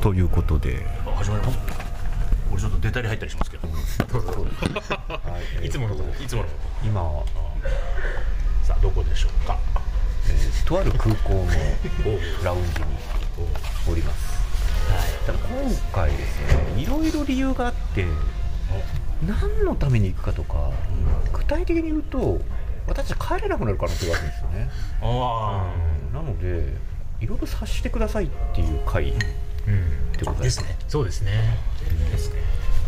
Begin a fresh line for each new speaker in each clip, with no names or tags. ということで
始まります俺ちょっと出たり入ったりしますけどいつものこといつものこ
今、
とさあどこでしょうか
えーとある空港のラウンジにおりますただ今回ですねいろいろ理由があって何のために行くかとか具体的に言うと私たち帰れなくなる可能性があるんですよね
あ
なのでいろいろ察してくださいっていう回
うん
でございます
ですねそうですね
あですね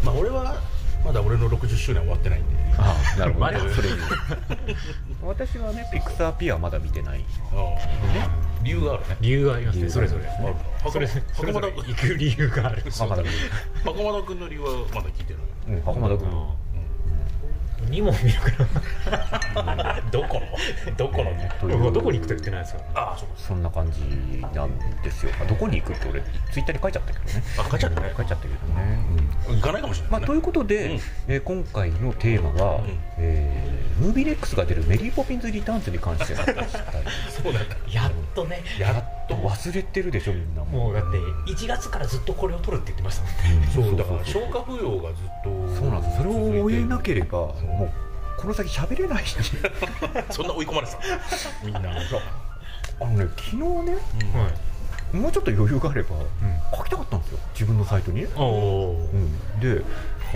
まあ俺はまだ俺の60周年終わってないんで
ああなるほど、ね
まだ、
それ言う私はねピクサーピアまだ見てない
理由があるね
理由があります
理由
ねそ
があ
れ
り
ぞ
ま
れ
すね
それそれぞれ行く理由がある
あまだ見て
袴田君の理由はまだ聞いてない
ない、うん、袴田君
2問見るから
ど このどこのね
とい
僕
う
はどこに行くと言ってないですよ
ああそうです
そんな感じなんですよ、まあどこに行くって俺ツイッターに書いちゃったけどね
あ帰っちゃったね
書いちゃったけどね、
行かないかもしれ
ま
な
あ、
い、
ということで、
うん
えー今回のテーマは、
ん
えームービーレックスが出るメリーポピンズリターンズに関しての話したい
そうなんだ
やっとね
やっと忘れてるでしょみんなも
もうだって1月からずっとこれを撮るって言ってましたもんね
そうだから
そう
消化不良がずっと
そうなんですそれを
追
終えな
き
ければもうこの先喋れないし
ゃそんな追い込まれてたみんな
あのね昨日ね
はい
もうちょっと余裕があれば
う
書きたかったんですよ自分のサイトに、うん、で
んおお
あ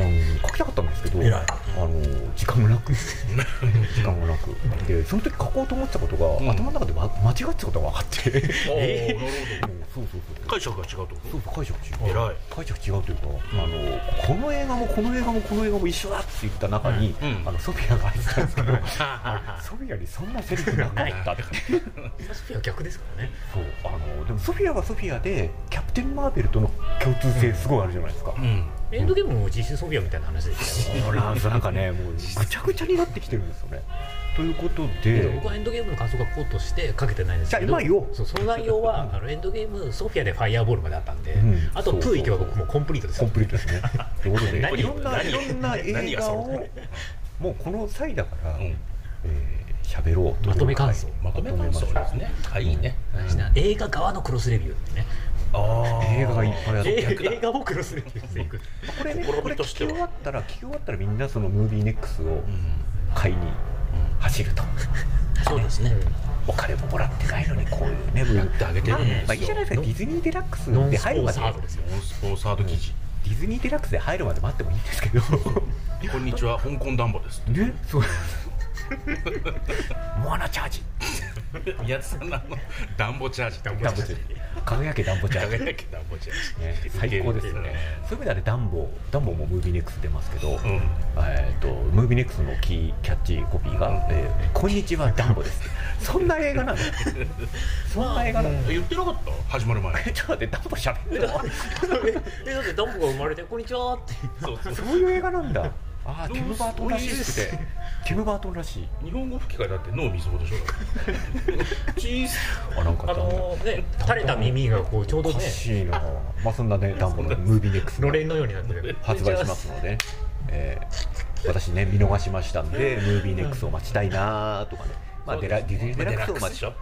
の書きたかったんですけど
偉い
あの時間もなく時間もなくでその時書こうと思ってたことが、
うん
頭の中でわ間違ってたことが分かってうん
おおなる
そうそう
ほど
そう
解釈が違うってこと
そうそう解釈違う
偉い
解釈違うというか、あのこの映画もこの映画もこの映画も一緒だって言った中に、
うんうん
あのソフィアが入ってたんですけど
あ
ソフィアにそんなセリフなかったって
あソフィアは逆ですからね
そうあのでもソフィアはソフィアでキャプテン・マーベルとの共通性すごいあるじゃないですか、
うん
エンドゲームも実質ソフィアみたいな話でしたよ
ほらなんかねもうぐちゃぐちゃになってきてるんですよねということで
けど僕はエンドゲームの感想がコートしてかけてないんですけど
じゃあ今言おう
そうその内容はあのエンドゲームソフィアでファイアーボールまであったんで、
うん
あとプー行けば僕もうコンプリートです
コ
よ
ンプリートですねということで
何
いろんな
何
いろんな
何
映
が
画
そう
をもうこの際だから、
ん
えー喋ろうという
まとめ感想
回
まとめ感想ですねあいいね
映画側のクロスレビューってね
あ
映画がいっぱいあって
え
逆だ
映画もクロスレビューしていく
これね
試み
これ
と
聞
し
き
て
終
は
わったら聞き終わったらみんなそのムービーネックスを
うん
買いに走ると、
そうですね
お金ももらってないのにこういうねやって
あげてるんですよ
まあいいじゃないですかディズニーデラックス
ノン
で
スポ
入る
ン
まで
サードですよ
ノンスポンサード記事
ディズニーデラックスで入るまで待ってもいいんですけど
こんに ちは香港ダンボです
ねそう モアナチャージ
宮津さんのあのダンボチャージダン
ダンボチャージ輝けダンボチャージ、
輝けダンボチャージ
ね、最高ですよねそういう意味ではねダンボダンボもムービーネックス出ますけど、
うん
えー、とムービーネックスのキーキャッチコピーが「えーこんにちはダンボです」そんな映画なの そんな映画なの、
言ってなかった始まる前
えちょっと待ってダンボ喋ってるの
えだってダンボが生まれて「こんにちは」って
そうそう
そういう映画なんだああティム・バートンらしいくてティム・バートンらしい
日本語吹き替えだって脳みそでしょ小さ
あなんか
あ
ダンボ
のね垂れた耳がこうちょうど
おか
ね
しいなまあ そんなねダンボのムービーネックス
のれんのようになってる
発売しますので、えー私ね見逃しましたんでムービーネックスを待ちたいなーとかね、まあ、デラディズニーデラックスを待ち
ょ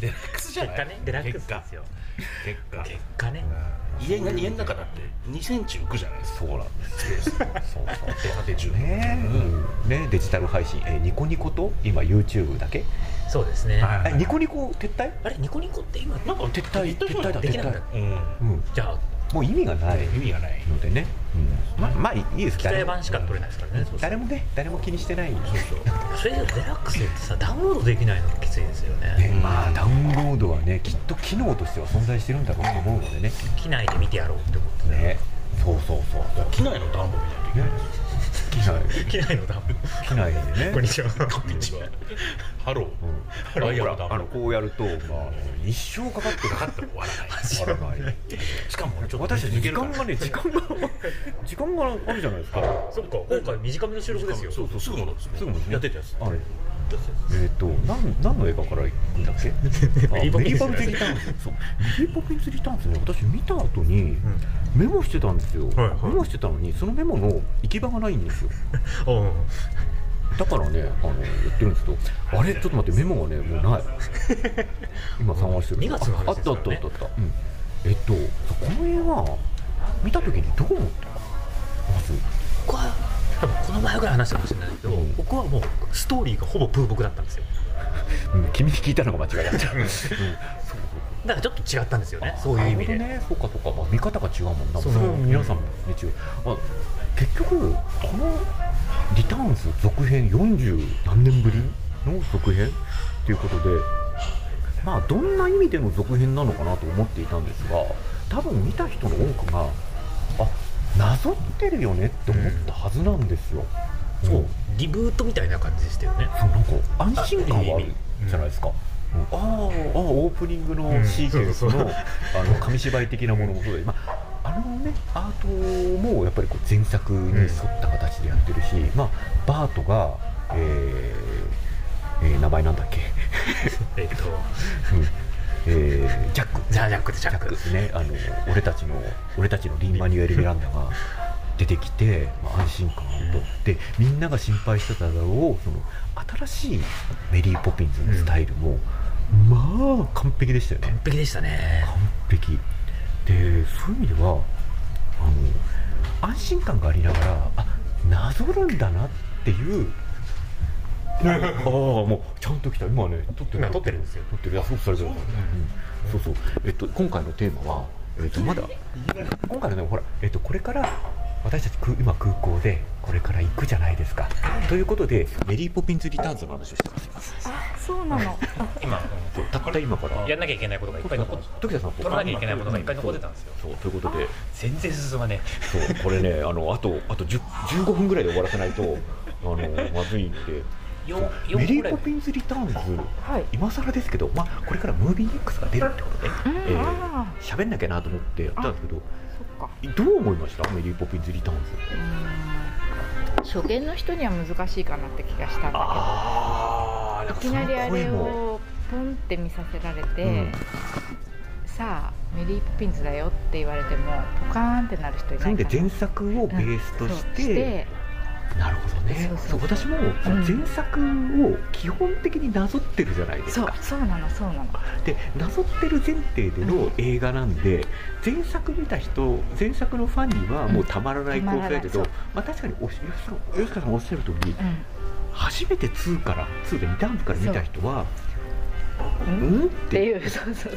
デラックスじゃない
結果ねデラックスですよ
結果結
結果ね
果家の家の中だって2センチ浮くじゃないですか
そうなんですよそうそう
縦10
ね,、うん、ねデジタル配信、えーニコニコと今 YouTube だけ、
そうですね
は
あ
い
えニコニコ撤退
れニコニコって今
なんか
撤退撤退だ
できなくな
撤
っ
退
た、
うん
うん、
じゃあ
もう意味がない
意味がない
のでね、うん、ままあいいです
機械
誰も
版しか取れないですからねそうそう
誰もね誰も気にしてない
それでデラックスってさダウンロードできないのがきついですよね
ねまあダウンロードはねきっと機能としては存在してるんだろうと思うのでね
機内で見てやろうって思ってね
ねそうそうそうそう
機内の暖房みたいな
ね機内
機内のダウンロード
機内でね
こんにちは
こんにちはハロ
う
ー
ん
アイアム
ほらあのこうやると、まあ、一生かかって
か
か
か
か
っても終わらない
らない
しかも俺ちょっと
私たち
抜
時
けるから
間がね時間が時間があるじゃないですか
そっか今回短めの収録ですよ
そうそうすぐ戻るんですよ
すぐもね
やってたやつ
あれえっ、となん何の映画からいん だっけあ
メリーポピンズ
メリーポピンズリターンズそうメリーポピンズリターンズね私見た後に
ん
メモしてたんですよ、
はいはい
メモしてたのにそのメモの行き場がないんですよ
うん
だからねあの言ってるんですけどあれちょ っと待ってメモがねもうない今探してる
2月の話
ああっ
です
たあ
から
ったあ
ね
ったあった、うんえっとこの映画見た時にどう思ったまず
僕は多分この前ぐらい話したかもしれないけど、
うん
僕はもうストーリーがほぼプーボクだったんですよ
うん君に聞いたのが間違いだった うん
だからちょっと違ったんですよねそういう意味で、
なるほどねそうかそうか、まあ、見方が違うもんなそ
そ
うれも皆さんね違う、あ、結局この「リターンズ」続編40何年ぶりの続編っていうことでまあどんな意味での続編なのかなと思っていたんですが多分見た人の多くがあなぞってるよねって思ったはずなんですよ、
そ
ん
うリブートみたいな感じでしたよね
そうなんか安心感はあるじゃないですか、うんあーあーオープニングのシーケンスの,、
うんそうそう
あの紙芝居的なものもそうで、まあ、あのねアートもやっぱりこう前作に沿った形でやってるし、まあ、バートが、えーえー名前なんだっけ、
えっと
うんえージャック
ジャージャックでジャック
ですねあの俺たちの俺たちのリン・マニュエル・ミランダが出てきて、まあ、安心感をとってみんなが心配してただろうその新しいメリー・ポピンズのスタイルも、まあ完璧でしたよね
完璧でしたね
完璧でそういう意味ではあの安心感がありながらあなぞるんだなって いうああもうちゃんと来た今ね撮って
今撮ってるんですよ
撮ってるいやそうそれそれうんそうそうえっと今回のテーマはえっとまだ今回のねほらえっとこれから私たちく今空港でこれから行くじゃないですかということでメリーポピンズリターンズの話をしてます
あそうなの
今
そうたった今から
やんなきゃいけないことがいっぱい残って
時田さん
取らなきゃいけないものがいっぱい残ってたんですよ
そうということで
全然進まね
そうこれねあのあとあと10 15分ぐらいで終わらせないとあのまずいんで
えよよ
メリ
こ
ー・
れ
ポピンズ・リターンズ、
はい
今更ですけど、まあ、これからムービー X が出るってことで
うん、
えー
あ
喋、んなきゃなと思ってやったんです
あ
け
そっか
どどう思いましたメリー・ポピンズ・リターンズ
うん初見の人には難しいかなって気がしたんだ
ああなん
けどいきなりあれをポンって見させられて、
うん
さあメリー・ポピンズだよって言われてもポカーンってなる人い
そ
な
れ
い
で
か
前作をベースと
そう
して,、
して
なるほどね
そうそう
そう私もその前作を基本的になぞってるじゃないです
そう
か、
そうなのそうなの
でなぞってる前提での映画なんで前作見た人前作のファンにはもうたまらない構成だけど、
うんた
まあ、確かにお吉川さん吉川さんがおっしゃる通り
うん
初めて2から2で2段部から見た人はう
うん
んっ
って
て
いうそうそうそう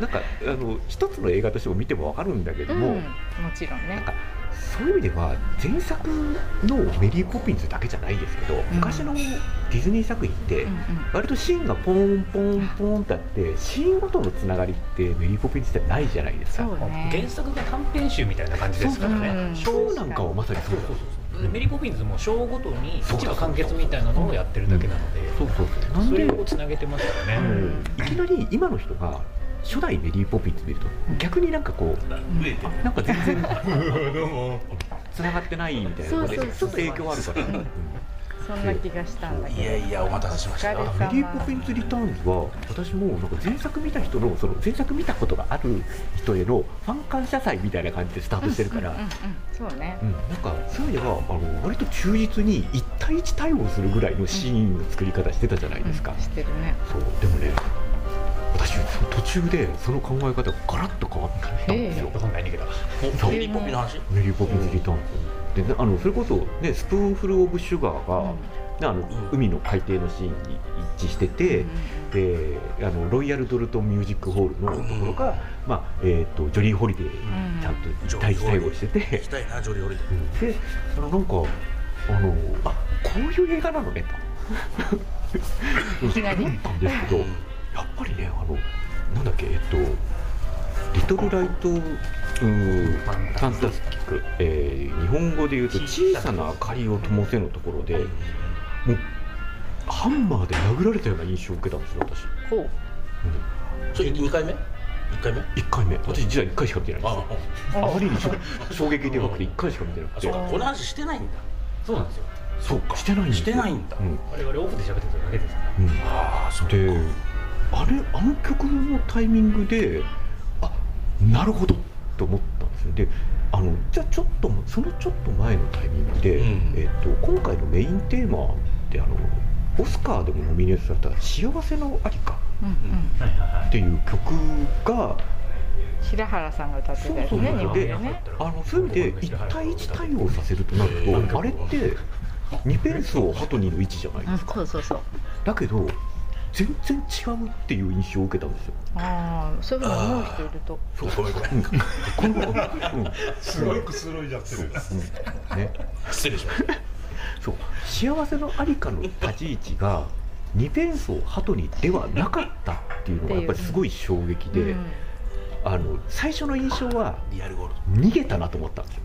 なんかあの一つの映画としても見ても分かるんだけど
うん
も、
もちろん
なん
ね
かそういう意味では前作のメリー・ポピンズだけじゃないですけど、昔のディズニー作品って、
うんうん
割とシーンがポンポンポンってあってシーンごとのつながりってメリー・ポピンズってないじゃないです
そ
か
うね
原作が短編集みたいな感じですからね、
うん
ショーなんかはまさにそうだよ
でメリー・ポピンズも章ごとに
そう
一話完結みたいなのをやってるだけなので、
そうそうそうなん
そ
で
れをつなげてますから
う
ね、
んいきなり今の人が初代メリー・ポピンズ見ると逆になんかこうあなんか全然
どうも
つながってないみたい
そ
な
うそうそう
ちょっと影響あるから、
うんそんな気がしたんだけど
いやお待たせし
ました
あメリー・ポピンズ・リターンズは私もなんか前作見た人のその前作見たことがある人へのファン感謝祭みたいな感じでスタートしてるから、
うんうんうんうんそうね
うんなんかそういう意味ではあの割と忠実に1対1対応するぐらいのシーンの作り方してたじゃないですか、
うんしてるね
そうでもね私その途中でその考え方がガラッと変わったんですよ、
本題逃げた
そう
メリー・ポピンズの話
メリー・ポピンズ・リターンズでねあのそれこそ、ね、スプーンフル・オブ・シュガーが、ねあの海の海底のシーンに一致してて、であのロイヤル・ドルトン・ミュージック・ホールのところが、まあえー、とジョリー・ホリデーちゃんと一対一対応してて
行、きたいなジョリー・オリデ
でそのなんかあのあこういう映画なのねと
いきなり
思ったんですけどやっぱりねあのなんだっけえっと「リトル・ライト・うーファンタスティック」えー日本語で言うと「小さな明かりを灯せ」のところでもうハンマーで殴られたような印象を受けたんですよ私、
ほう
う
それ2回目 ?1 回目
1回目私実は1回しか見てないんです
あ
よあまりに衝衝撃でかくて1回しか見てなく
あ
て
そうかこの話してないんだそうなんですよ
そうかしてないんですよ
してないんだ
うん
我々オフで喋ってただけですから
うん
ああそ
であれあの曲のタイミングであなるほどと思ったんですよであのじゃあちょっとそのちょっと前のタイミングで、
うん
えっと今回のメインテーマってあのオスカーでもノミネートされた「幸せのありか」
うんう
は
ん
いはいはい
っていう曲が
平原さんが歌ってたやつね
そう
日
そう
本
で
でね
あのそういう意味で1対1対応させるとなると、あれって2ペースをハトニーの位置じゃない
うん
ですか、
そうそうそう
だけど全然違うっていう印象を受けたんですよ
ああそういうふうに思う人いると
そうごめんごめん
うんこのうん
すごいくつろいじゃってる
うんね、
失礼しました
そう幸せのありかの立ち位置が二ペンソーハトニではなかったっていうのがやっぱりすごい衝撃で、
うん
あの最初の印象は
リアルゴールド
逃げたなと思ったんですよ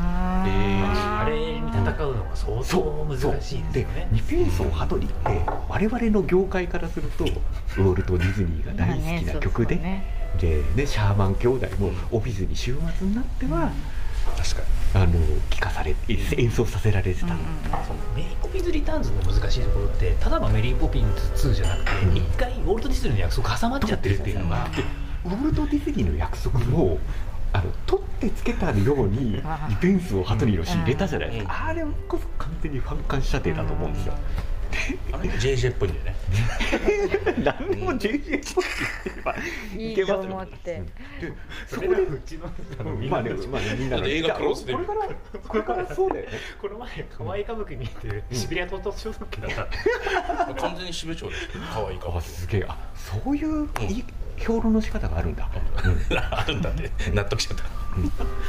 あ
え
ー
ー
あれに戦うのは相当難しいです
で
よね
二ペンソーハトニって我々の業界からするとウォルト・ディズニーが
まあ
大好
ね
きな
そうそう
曲で,、
ね
ででシャーマン兄弟もオフィスに週末になっては、
確か
あの聞かされ演奏させられて
うん
た、
うん
そうメリー・ポピンズ・リターンズの難しいところってただのメリー・ポピンズ2じゃなくて
うん
一回ウォルト・ディズニーの約束挟まっちゃってるっていうのが
でウォルト・ディズニーの約束もあの取ってつけたようにデ
ああ
ィフェンスをハトニーのシーン入れたじゃないです
う
かあれこそ完全に反感射程だと思うんですよ
にあれ JJ っぽいんだよね
何でも JJ っぽく言ってれば
うんい
い
い
け
と
ます
思
よ
って
でそこでうんまあねまあねみんな
だっ
の
て映画クロスで
これからこれからそうだよね
この前可愛い歌舞伎見てシベリア島と潮時だった
完全に渋町です可愛い顔
あすげえあそういういい評論の仕方があるんだ、
あるんだって 納得しちゃった
そ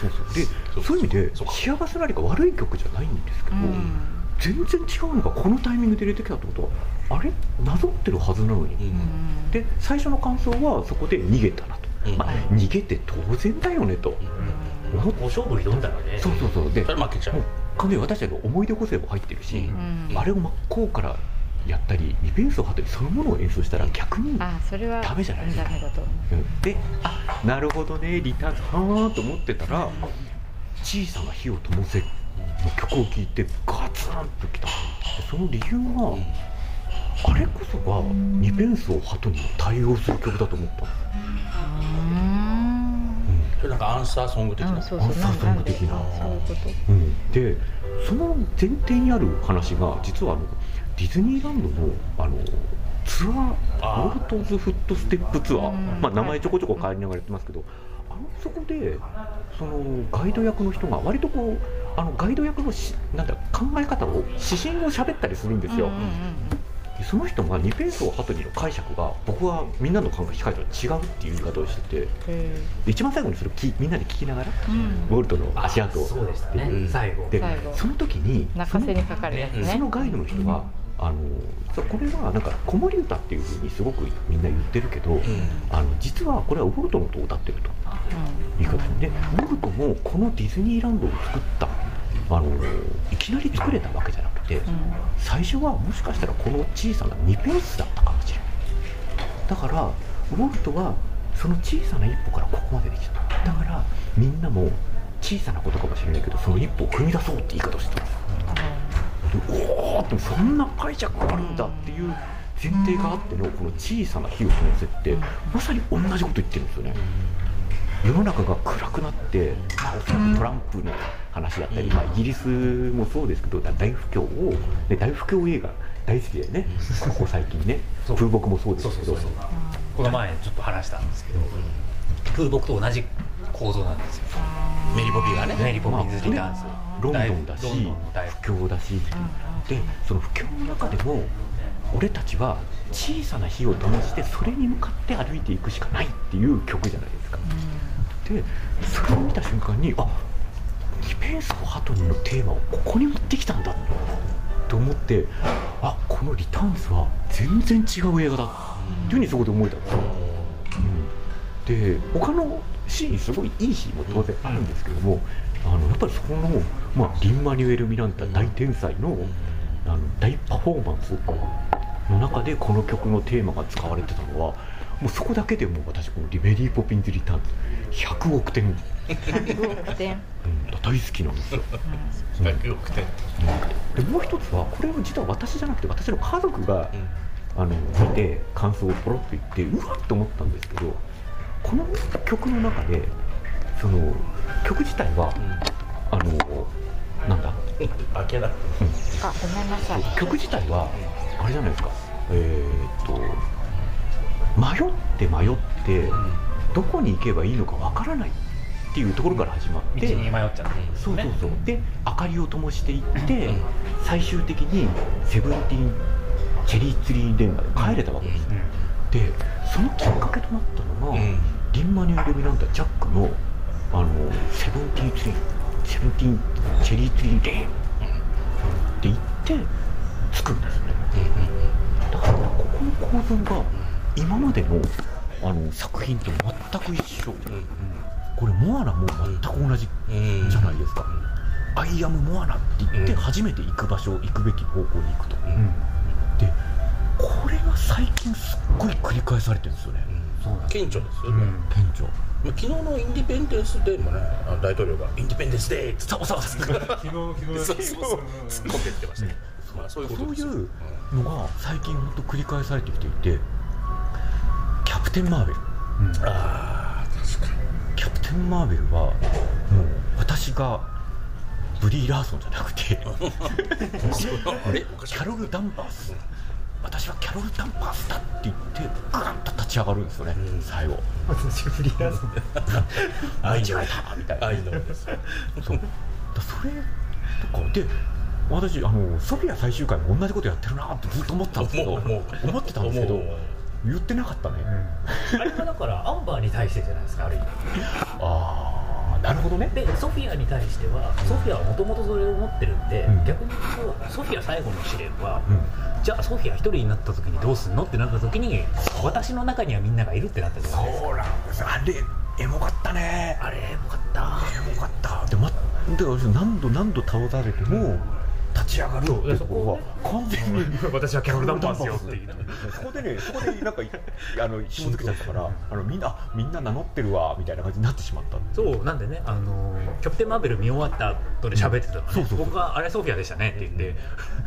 うそうでそういう意味で
そうか
幸せなりか悪い曲じゃないんですけ
う
ど、
ん
全然違うのがこのタイミングで入れてきたってことはあれなぞってるはずなのに、
う
うんん
で最初の感想はそこで逃げたなと、
うん
まあ、逃げて当然だよねと、思っ
お勝負挑んだらね
そうそうそうで
それ負けちゃ
もう
う
完全に私たちの思い出補正も入ってるし
う、
うん
あれを真っ向からやったり二ペンスを張ったりそのものを演奏したら逆に、
あそれは
ダメじゃないですか
ダメだと思う
うんであなるほどねリターンズはーと思ってたら「小さな火を灯せ」の曲を聴いてガツンときたでその理由が、あれこそが二ペンスを鳩にも対応する曲だと思った
うん
それなんかアンサーソング的
う
なん
そうそう
アンサーソング的な
なんでそういうこと
の、うん、でその前提にある話が実はあのディズニーランドのあのツアー
あー
ウォルト・ズ・フット・ステップツアー
うん
まあ、名前ちょこちょこ変えながらやってますけどあのそこでそのガイド役の人が割とこうあのガイド役のしなんだ考え方を指針を喋ったりするんですよ、
うんうん
でその人が2ペースをハトニーの解釈が僕はみんなの考え控えとは違うっていう言い方をしててで
うんへ
一番最後にそれをきみんなで聞きながら
ーうん
ウォルトの足跡を
そうでした
う
ね
ん
最後
で
最後
その時に
泣
そ
か
の
せにかかるやつね
そのガイドの人が、あの実はこれはなんか子守歌っていうふうにすごくみんな言ってるけど、あの実はこれはウォルトのことを歌ってるという形でウォルトもこのディズニーランドを作ったあのいきなり作れたわけじゃなくて、
うんうん
最初はもしかしたらこの小さな2ペースだったかもしれないだからウォルトはその小さな一歩からここまでできただからみんなも小さなことかもしれないけどその一歩を踏み出そうって言い方をしてたんですでおおってそんな解釈があるんだっていう前提があってのこの小さな火を灯せってまさに同じこと言ってるんですよね世の中が暗くなって、まあ、おそらくトランプの話だったり、まあ、イギリスもそうですけどだ大不況を、ね、大不況映画大好きだよねここ最近ね
そう
風木もそうで
そう
す
そ
け
うそ
ど
うそうこの前ちょっと話したんですけど風木と同じ構造なんですよ
メリポピがね
メリー・ポピンズ・リターンズ
ロンドンだし
ロンドンの大
不況だしっていうでその不況の中でも俺たちは小さな火を灯してそれに向かって歩いていくしかないっていう曲じゃないですかでそれを見た瞬間にあディフェンスをハトニーのテーマをここに持ってきたんだと思ってあこの「リターンズ」は全然違う映画だっていうふうにそこで思えたんですよ、で他のシーンすごいいいシーンも当然あるんですけども、あのやっぱりそこの、まあ、リン・マニュエル・ミランタ大天才の,、あの大パフォーマンスの中でこの曲のテーマが使われてたのはもうそこだけでもう私この「リベリー・ポピンズ・リターンズ」100億点、うん、
100億点
大好きなんですよ
100億点
でもう一つはこれを実は私じゃなくて私の家族が、あの見て感想をポロッと言ってうわっと思ったんですけどこの曲の中でその曲自体は、あのなんだ
開けな
あごめんなさい
曲自体はあれじゃないですかえーっと迷って迷ってどこに行けばいいのかわからないっていうところから始まって、
道に迷っちゃっていいんです
そ
よ
う
ね
そうそうで明かりを灯していって、
うん
最終的にセブンティーンチェリーツリー電話で帰れたわけです、でそのきっかけとなったのが、リンマニア・ルミランダ・ジャックの「あのセブンティーンツリーセブンティーンチェリーツリーデー」って言って着くんですよねだからここの構造が今までのあの作品と全く一緒、これモアナも全く同じじゃないですか、アイアムモアナって言って
うん
初めて行く場所行くべき方向に行くと、
うん
でこれが最近すっごい繰り返されてるんですよね
そうなんです
顕著です
う
よね、
ん
店長
まあ昨日のインディペンデンスデーもねあの大統領がインディペンデンスデーってそうそうそう
昨日の昨日
そうそうそう突っ込んでってましたね、まあ、そういうことですよ
そういうんのが最近本当繰り返されてきていてキャプテン・マーベル
うん
あー確かに
キャプテン・マーベルはもう私がブリー・ラーソンじゃなくて
あれおかし
キ
い
ャロル・ダンバース私はキャロル・ダンバースだって言ってグーンと立ち上がるんですよね、
うん
最後
私フリー ランスで
間違えたみたいな
愛のです
そうだそれとかで私あのソフィア最終回も同じことやってるなってずっと思ってたんですけど
思う思う
思ってたんですけど
思う
言ってなかったね、
あれはだからアンバーに対してじゃないですかある意味
ああなるほどね
でソフィアに対してはソフィアはもともとそれを持ってるんで、
うん
逆に言うとソフィア最後の試練は、
うん
じゃあソフィア一人になった時にどうすんのってなった時に私の中にはみんながいるってなったじゃないですか
そうなんですあれエモかったね
あれよかった
エモかったで,、ま、で何度何度倒されても立ち上がるっていうところは完全 に
私はキャロル・ダンパースよっていう
そこでねそこでなんか いあの紐づけちゃったからあのみんなあみんな名乗ってるわみたいな感じになってし まったんで
そうなんでねあのーキャプテン・マーベル見終わった後で喋ってたのね
そうそうそう
僕はあれソフィアでしたねって言って、
い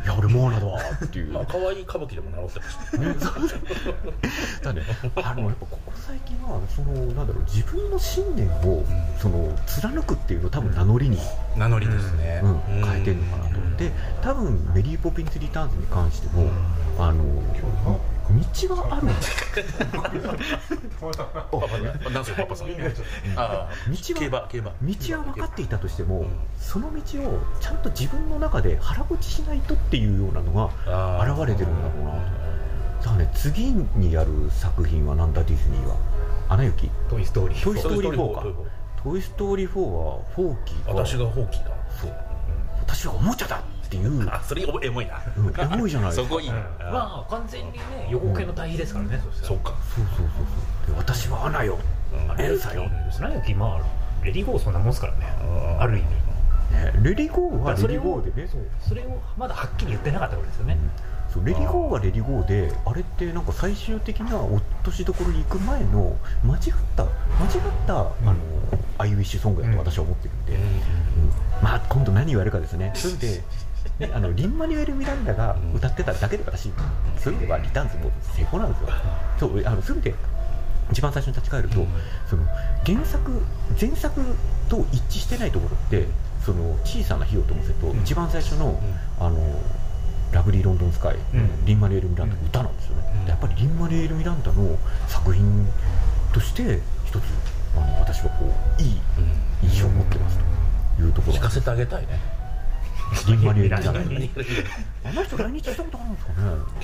や俺モアナだわっていう
まあ可愛い歌舞伎でも習ってました
ね、だね、あのやっぱここ最近はそのなんだろう自分の信念を、その貫くっていうのを多分名乗りに、
名乗りですね
うん変えてるのかなと思って多分メリー・ポピンズ・リターンズに関しても、あの道がある
何すよパパさんああ
道は
競馬競馬
道は分かっていたとしても、
うん
その道をちゃんと自分の中で腹落ちしないとっていうようなのが
あー
現れてるんだろうなとだからね次にやる作品はなんだディズニーは「アナ雪」
トイ・ストーリー
トイ・ストーリー4か
トイストーリーフォー
「トイ・ストーリー4」はフォーキーが
私が放棄だ
そう私はおもちゃだっていう、うん、エ
あそれエモいな
モいじゃないです
そ
か
こいいなあ
まあ完全にね横系の対比ですからね、そした
そ
ら
うか
そうそうそうそうで私はアナよ
うん
エルサよ、ね、
砂雪まあレディーゴーそんなもんすからね
うん
ある意味
レディゴーは
だ
レ
からそ
デ
れ
ィ
を
ゴーでねそう
それをまだはっきり言ってなかったわけですよね、
そうレディゴーはレディゴーであれってなんか最終的な落としどころに行く前の間違った間違った、あのアイウィッシュソングだと私は思ってるんで、まあ今度何言われるかですね。それで、ね、あのリンマニュエル・ミランダが歌ってただけで私、そういう意味ではリターンズも成功なんですよ。そうあの全て一番最初に立ち返ると、その原作前作と一致してないところって、その小さな火を灯せと、一番最初の、あのラブリー・ロンドン・スカイ、
ん
リンマニュエル・ミランダの歌なんですよね。でやっぱりリンマニュエル・ミランダの作品として一つあの私はこういい印象を持ってますというところ
聞かせてあげたいね
リンマニュエル・ミランダ
記
あの人来日したことあるんです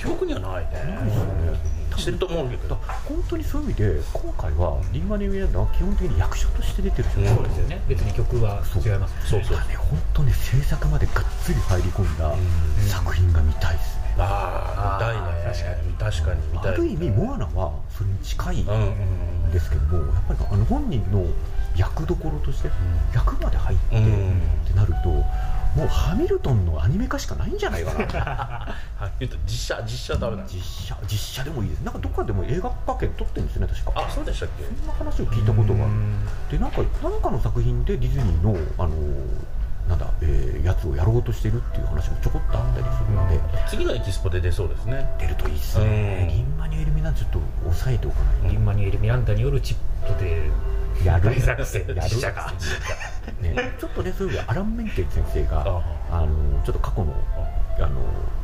かね
憶にはない
ないですよ
ね
ね
してると思うけ
だ
ど
本当にそういう意味で今回はリンマニュエル・ミランダは基本的に役者として出てるじゃない
そうですよね別に曲は違いますもんね
そうそう
だからね本当に制作までがっつり入り込んだ作品が見たいですね
ああ見たいね確かに確
あ
かに見た
る意
い
味モアナはそれに近いん
うんうんうん
ですけどもやっぱりあの本人の役どころとして役まで入ってっ
うん
てなるともうハミルトンのアニメ化しかないんじゃないかな
はい言うと実写実写はダメなんです
実写実写でもいいですなんかどっかでも映画化権取ってるんですよね確か
あそうでしたっ
そんな話を聞いたことがあるでなんかなんかの作品でディズニーのあのなんだ、えーやつをやろうとしてるっていう話もちょこっとあったりするので
け次がエキスポで出そうですね
出るといいっすね
うん
リンマニュエル・ミランちょっと押さえておかない
リンマニュエル・ミランダによるチップで
とや
大 作
や
戦
る
実写化
ね、ちょっとねそういう意味でアラン・メンケン先生が
あ
あのちょっと過去のあの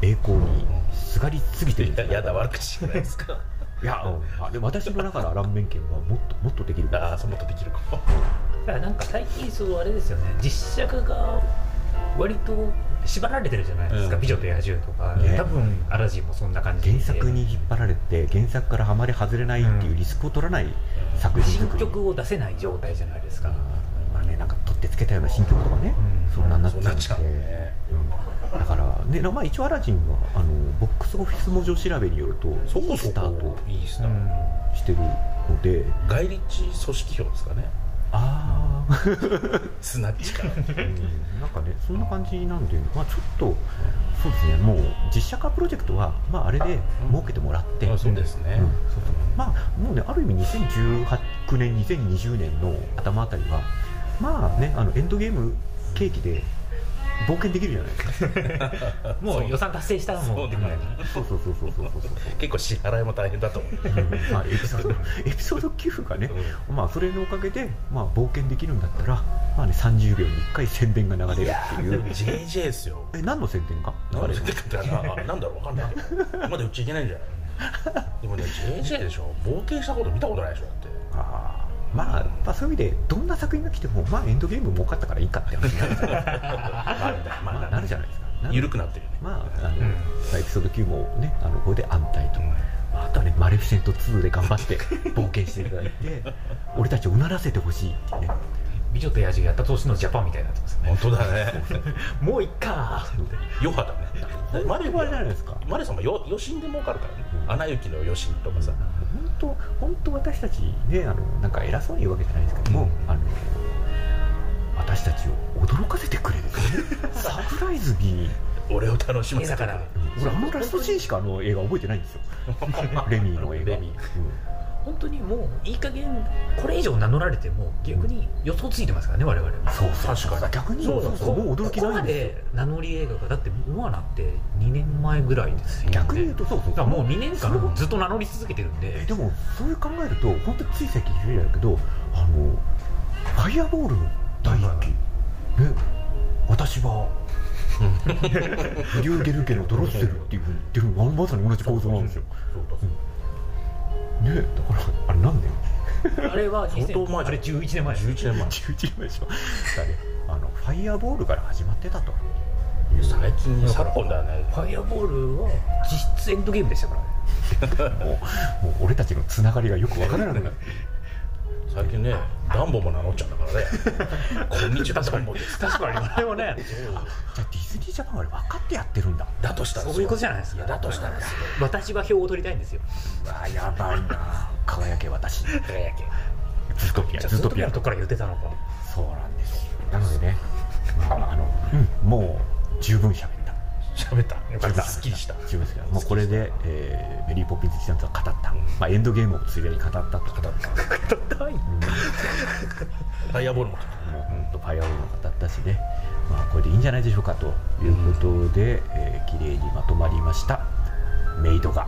栄光にすがりすぎてるん
い
で
や
すよ
やだ悪口じゃないですか
いや、うんあでも私の中のアラン免許はもっともっとできる
ああ、そもっとできるか。
だからなんか最近そうあれですよね実写化が割と縛られてるじゃないですか「
うん
美女と野獣」とか、
ね
多分アラジンもそんな感じで
原作に引っ張られて原作からはまり外れないっていうリスクを取らない作品
新
作り、
曲を出せない状態じゃないですか、
まあねなんか取ってつけたような新曲とかね、
うん
そんなになっ
そ
ち
う
ゃ
な
っ
っち
て
ゃうね。
うんだから、ねまあ、一応アラジンはあのボックスオフィス文字を調べによると
そこそ
スター
こ
ト
いいス
う
タート。
してるので、
ガイリッチ組織票ですかね。
ああ
スナッチか
う
ら。
んなんかねそんな感じなんで、まあ、ちょっとそうですねもう実写化プロジェクトは、まあ、あれで儲けてもらって、
あそうですね。
うんまあもうねある意味2018年2020年の頭あたりはまあねあのエンドゲーム契機で冒険できるじゃないですか
もう予算達成した
そ
も
うんで
ね
もない
そうそうそうそうそうそうそう
結構支払いも大変だと思う。
うんまあエピソードエピソード9がね、まあ、それのおかげで、まあ、冒険できるんだったら、まあね、30秒に1回宣伝が流れるってい
でも
う
JJ ですよ。
え何の宣伝か
流れてたからなんだろうわかんないけど。まだうち行けないんじゃない。でもね JJ でしょ。冒険したこと見たことないでしょだって。
あーまあ、まあ、そういう意味でどんな作品が来ても、まあ、エンドゲーム儲かったからいいかって話になるじゃ ないですか
まあ
まあなるじゃないですかなる
緩くなってるよね。
まああの
うん
まあエピソード9もねあのこれで安泰と、まあ、あとはねマレフィセント2で頑張って冒険していただい て俺たちをうならせてほしいっていうね
美女と野獣やった年のジャパンみたいになってますよね
本当だね。
もういっかーって
余波だね。
マレファじゃないですか
マレさんもよ余震で儲かるからね。
うん
アナ雪の余震とかさ。
本当本当私たちねあのなんか偉そうに言うわけじゃないですけども、
うん
あの私たちを驚かせてくれるねサプライズに
俺を楽しませてくれ
だから
俺あのラストシーンしかあの映画覚えてないんですよレミーの映画
レミー
う
本当にもういい加減これ以上名乗られても逆に予想ついてますからね我々も
んそうそう
確かに
逆に
そ
そ
うそうう
そうもう驚き
こ
な
こ
い
ま
んですよ
で名乗り映画がだってモアナって2年前ぐらいですよね
逆に言うとそうそう
だからもう2年
その
間ずっと名乗り続けてるんで
えでもそういう考えると本当につい最近言うだけどあのファイアボールの第一期ね私 はリューゲル家のドロッセルっていうふうに言ってるのまさに同じ構造なんですよ
そうだそうだ
ねだからあれなんだよ
あれは
相当前じゃん
あれ11年前
11年前
11年前でしょだからね あのファイアボールから始まってたと
最近昨今だよね
ファイアボールは実質エンドゲームでしたからね
もうもう俺たちのつながりがよくわからなくなって
最近ねダンボも名乗っちゃったからねこんにちはダンボです
確かに我々もね
じゃあディズニージャパンあれ分かってやってるんだ
だとしたら
そういうことじゃないですか
やだとしたらす
私は票を取りたいんですよ
あやばい な輝け私ズ
プロ野球
ートピア
じゃあ
ズ
ず
ー
っ
ト
と
ピ
ピ
ア
アのとこから言ってたのか
そうなんですよなのでね、まああのうんもう十分喋った
喋ったよかった
十分
すっきりした
十分ですけどもうこれで、えーメリー・ポピンズちゃんとは語った、まあ、エンドゲームをついでに語ったと語った、
ファイアボールも
もう本当ファイアウェイも語ったしね、まあ、これでいいんじゃないでしょうかということで、えー綺麗にまとまりましたメイドが